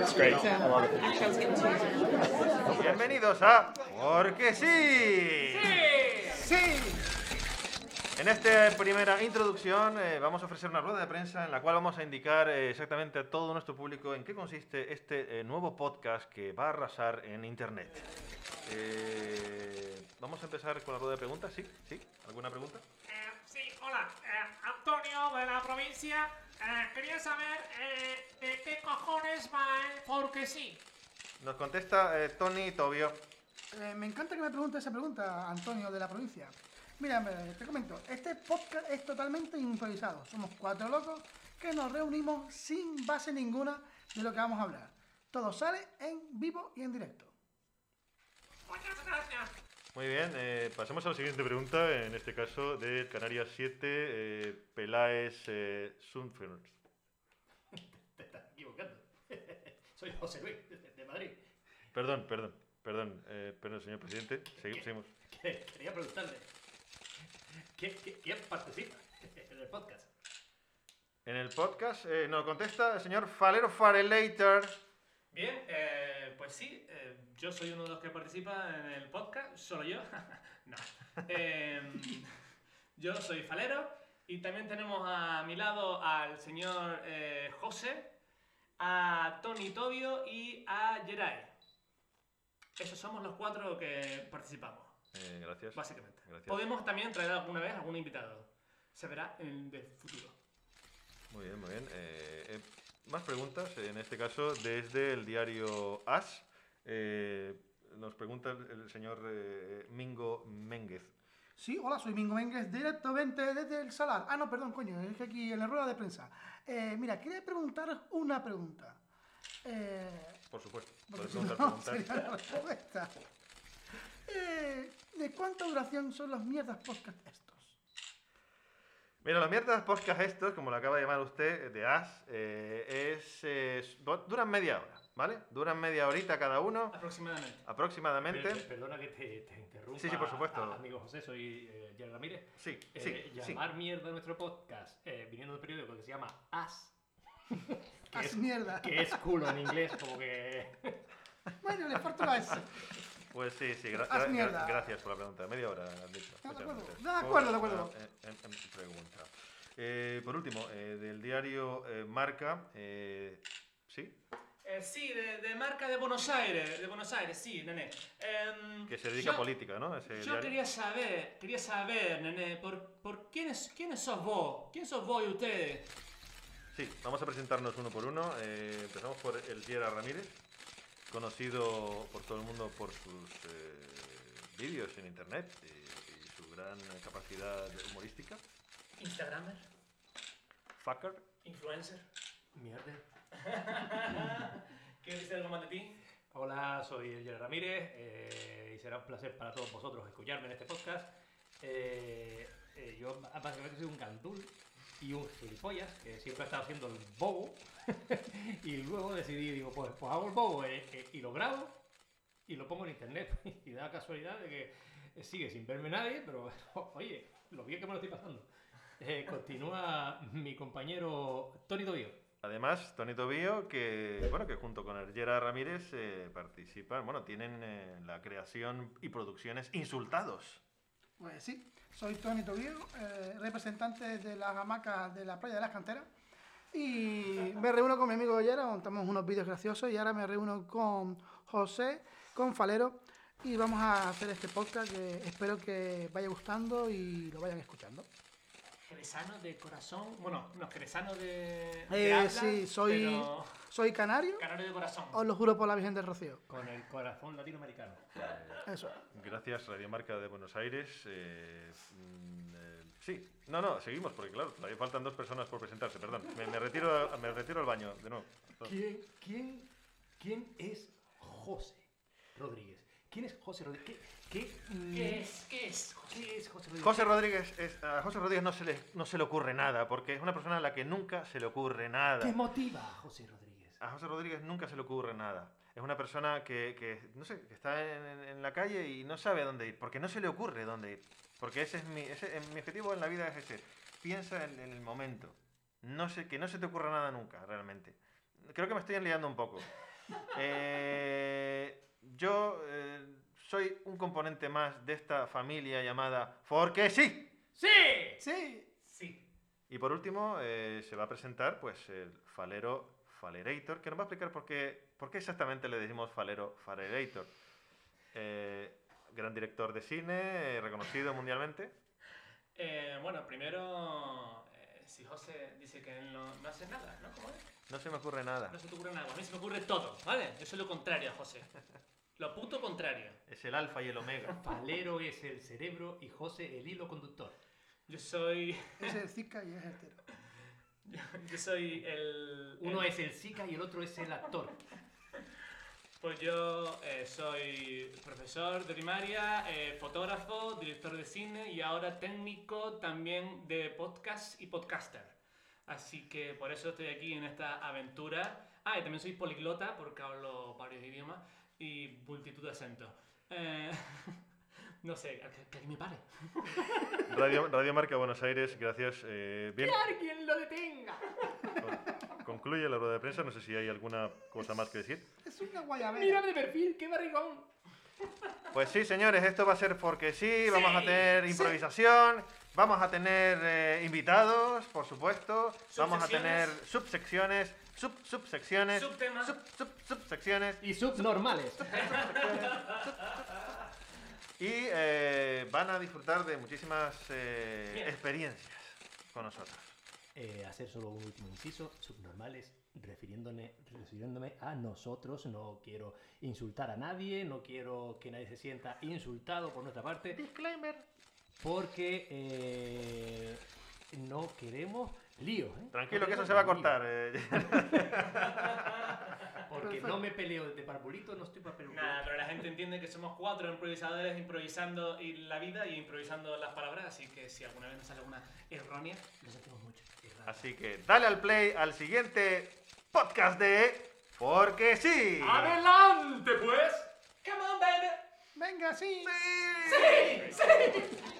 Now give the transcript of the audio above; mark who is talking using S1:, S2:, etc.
S1: It's great. I love it.
S2: Actually, I was getting too
S3: Bienvenidos a Porque sí. Sí. En esta primera introducción eh, vamos a ofrecer una rueda de prensa en la cual vamos a indicar eh, exactamente a todo nuestro público en qué consiste este eh, nuevo podcast que va a arrasar en Internet. Eh, vamos a empezar con la rueda de preguntas, ¿sí? ¿Sí? ¿Alguna pregunta?
S4: Eh, sí, hola, eh, Antonio de la provincia. Eh, quería saber eh, de qué cojones va el porque sí.
S3: Nos contesta eh, Tony Tobio.
S5: Eh, me encanta que me pregunte esa pregunta, Antonio, de la provincia. Mira, me- te comento, este podcast es totalmente improvisado. Somos cuatro locos que nos reunimos sin base ninguna de lo que vamos a hablar. Todo sale en vivo y en directo.
S4: Muchas gracias.
S3: Muy bien, eh, pasamos a la siguiente pregunta, en este caso de Canarias 7, eh, Peláez eh, Sunfern.
S6: Te estás equivocando. Soy José Luis, de, de Madrid.
S3: Perdón, perdón, perdón, eh, perdón, señor presidente. Segui- seguimos.
S6: Que- Quería preguntarle, ¿qué- qué- ¿quién participa en el podcast?
S3: En el podcast eh, nos contesta el señor Falero Farelater.
S7: Bien, eh, pues sí, eh, yo soy uno de los que participa en el podcast, solo yo. no. Em, yo soy Falero y también tenemos a mi lado al señor eh, José, a Tony Tobio y a Geray. Esos somos los cuatro que participamos,
S3: Eh, gracias.
S7: básicamente.
S3: Gracias.
S7: Podemos también traer alguna vez algún invitado. Se verá en el futuro.
S3: Muy bien, muy bien. Eh, eh, más preguntas, en este caso desde el diario As. Eh, nos pregunta el, el señor eh, Mingo Méndez.
S5: Sí, hola, soy Mingo Mengues, directamente desde el Salar. Ah, no, perdón, coño, es que aquí en la rueda de prensa. Eh, mira, quería preguntar una pregunta. Eh,
S3: Por supuesto.
S5: Porque
S3: Podéis
S5: si
S3: preguntar,
S5: no,
S3: preguntar.
S5: sería la respuesta. Eh, ¿De cuánta duración son los mierdas podcast estos?
S3: Mira, las mierdas podcast estos, como lo acaba de llamar usted, de As, eh, es, eh, du- duran media hora, ¿vale? Duran media horita cada uno,
S7: Aproximadamente.
S3: aproximadamente.
S6: Per- Perdona que te, te interrumpa.
S3: Sí, sí, por supuesto.
S6: a- amigo José, soy eh, Gerard Ramírez.
S3: Sí,
S6: Eh,
S3: sí, sí.
S6: llamar mierda a nuestro podcast eh, viniendo de un periódico que se llama As, que
S5: Haz
S6: es,
S5: mierda.
S6: que es culo en inglés, como que...
S5: Bueno, le falta la S.
S3: Pues sí, sí, gra-
S5: Haz
S3: gra- gra-
S5: mierda.
S3: gracias por la pregunta. Media hora han dicho.
S5: No, de
S3: Muchas
S5: acuerdo.
S3: gracias
S5: De
S3: por
S5: acuerdo, de
S3: la,
S5: acuerdo.
S3: eh, em, em, pregunta. Eh, por último, eh, del diario eh, Marca, eh, ¿sí?
S7: Eh, sí, de, de marca de Buenos Aires, de Buenos Aires, sí, nene. Em,
S3: Que se dedica a
S7: yo-
S3: política, ¿no? Ese
S7: Yo
S3: diario.
S7: quería saber, quería saber, nene, por, por quiénes, quiénes sos vos, quién sos vos y ustedes.
S3: Sí, vamos a presentarnos uno por uno. Eh, empezamos por el Tierra Ramírez, conocido por todo el mundo por sus eh, vídeos en internet eh, y su gran capacidad humorística.
S7: Instagramer,
S3: Fucker.
S7: influencer.
S6: Mierda.
S7: ¿Quieres decir algo más de ti?
S6: Hola, soy el Gerard Ramírez eh, y será un placer para todos vosotros escucharme en este podcast. Eh, eh, yo b- básicamente soy un gandul y un gilipollas que siempre he estado haciendo el bobo y luego decidí, digo, pues, pues hago el bobo eh, eh, y lo grabo y lo pongo en internet y da la casualidad de que sigue sin verme nadie, pero oye, lo bien que me lo estoy pasando. Eh, continúa mi compañero Tony Tobio.
S3: Además, Tony Tobío, que, bueno, que junto con Ergera Ramírez eh, participan, bueno, tienen eh, la creación y producciones Insultados.
S5: Pues sí, soy Tony Tobiego, eh, representante de las hamacas de la playa de las canteras. Y me reúno con mi amigo Yera, montamos unos vídeos graciosos y ahora me reúno con José, con Falero y vamos a hacer este podcast que espero que vaya gustando y lo vayan escuchando.
S7: Jerezano de corazón, bueno, no, jerezano de, de
S5: Eh,
S7: habla,
S5: sí, soy,
S7: pero
S5: soy canario,
S7: canario de corazón.
S5: os lo juro por la Virgen del Rocío.
S6: Con el corazón latinoamericano.
S5: Eso.
S3: Gracias, Radio Marca de Buenos Aires. eh, mm, eh, sí, no, no, seguimos, porque claro, todavía faltan dos personas por presentarse, perdón. Me, me retiro, a- me retiro al baño, de nuevo.
S6: ¿Quién, quién, quién es José Rodríguez? ¿Quién es José Rodríguez? ¿Qué, qué,
S7: ¿Qué es? ¿Qué es?
S6: ¿Qué es José Rodríguez?
S3: José Rodríguez, es- a José Rodríguez no se, le, no se le ocurre nada, porque es una persona a la que nunca se le ocurre nada.
S6: ¿Qué motiva a José Rodríguez?
S3: A José Rodríguez nunca se le ocurre nada. Es una persona que, que, no sé, que está en, en- en la calle y no sabe a dónde ir, porque no se le ocurre dónde ir. Porque ese es mi, ese- en- mi objetivo en la vida es ese. Piensa en, en el momento. No sé, que no se te ocurra nada nunca, realmente. Creo que me estoy enliando un poco. Eh, yo eh, soy un componente más de esta familia llamada Porque sí.
S6: Eh.
S4: ¡Sí!
S5: Sí.
S7: Sí.
S3: Y por último, eh, se va a presentar pues el falero Falerator, que nos va a explicar por qué, por qué exactamente le decimos falero Falerator. Eh, gran director de cine, eh, reconocido mundialmente.
S7: Eh, bueno, primero, eh, si José dice que él no, no hace nada, ¿no? ¿Cómo es?
S3: No se me ocurre nada.
S7: No se te ocurre nada. A mí se me ocurre todo, ¿vale? Yo soy lo contrario a José. Lo puto contrario.
S3: Es el alfa y el omega.
S6: Palero es el cerebro y José el hilo conductor.
S7: Yo soy.
S5: Es el Zika y es el Tero.
S7: Yo soy el.
S6: Uno
S7: el-
S6: es el Zika y el otro es el actor.
S7: Pues yo eh, soy profesor de primaria, eh, fotógrafo, director de cine y ahora técnico también de podcast y podcaster. Así que por eso estoy aquí en esta aventura. Ah, y también soy poliglota porque hablo varios idiomas y multitud de acentos. Eh, no sé, que, que alguien me pare.
S3: Radio, Radio Marca Buenos Aires, gracias. eh, bien,
S7: ¡Alguien lo detenga!
S3: con- concluye la rueda de prensa. No sé si hay alguna cosa más que decir.
S5: Es una guayabera.
S7: ¡Mírame de perfil, qué barrigón!
S3: Pues sí, señores, esto va a ser porque sí. Vamos a
S7: Sí,
S3: tener
S7: sí.
S3: improvisación, vamos a tener eh, invitados, por supuesto. Vamos a tener
S7: Subsecciones.
S3: subsecciones, sub, subsecciones,
S7: Subtemas.
S3: sub, sub, subsecciones.
S6: Y subnormales.
S3: Y eh, van a disfrutar de muchísimas eh,
S7: Bien.
S3: experiencias con nosotros.
S6: Eh, hacer solo un último inciso, subnormales, refiriéndome, refiriéndome a nosotros, no quiero insultar a nadie, no quiero que nadie se sienta insultado por nuestra parte. Disclaimer. Porque eh, no queremos líos. ¿eh?
S3: Tranquilo,
S6: No
S3: que eso
S6: queremos
S3: se va a
S6: líos,
S3: cortar. eh.
S6: Porque no me peleo de parvulito, no estoy para pelear.
S7: Nada, pero la gente entiende que somos cuatro improvisadores improvisando y la vida y improvisando las palabras, así que si alguna vez nos sale alguna errónea,
S6: Lo sentimos mucho. de verdad.
S3: Así que dale al play al siguiente podcast de Porque sí.
S7: ¡Adelante, pues! ¡Come on, baby!
S5: Venga, sí.
S3: Sí.
S7: ¡Sí! ¡Sí!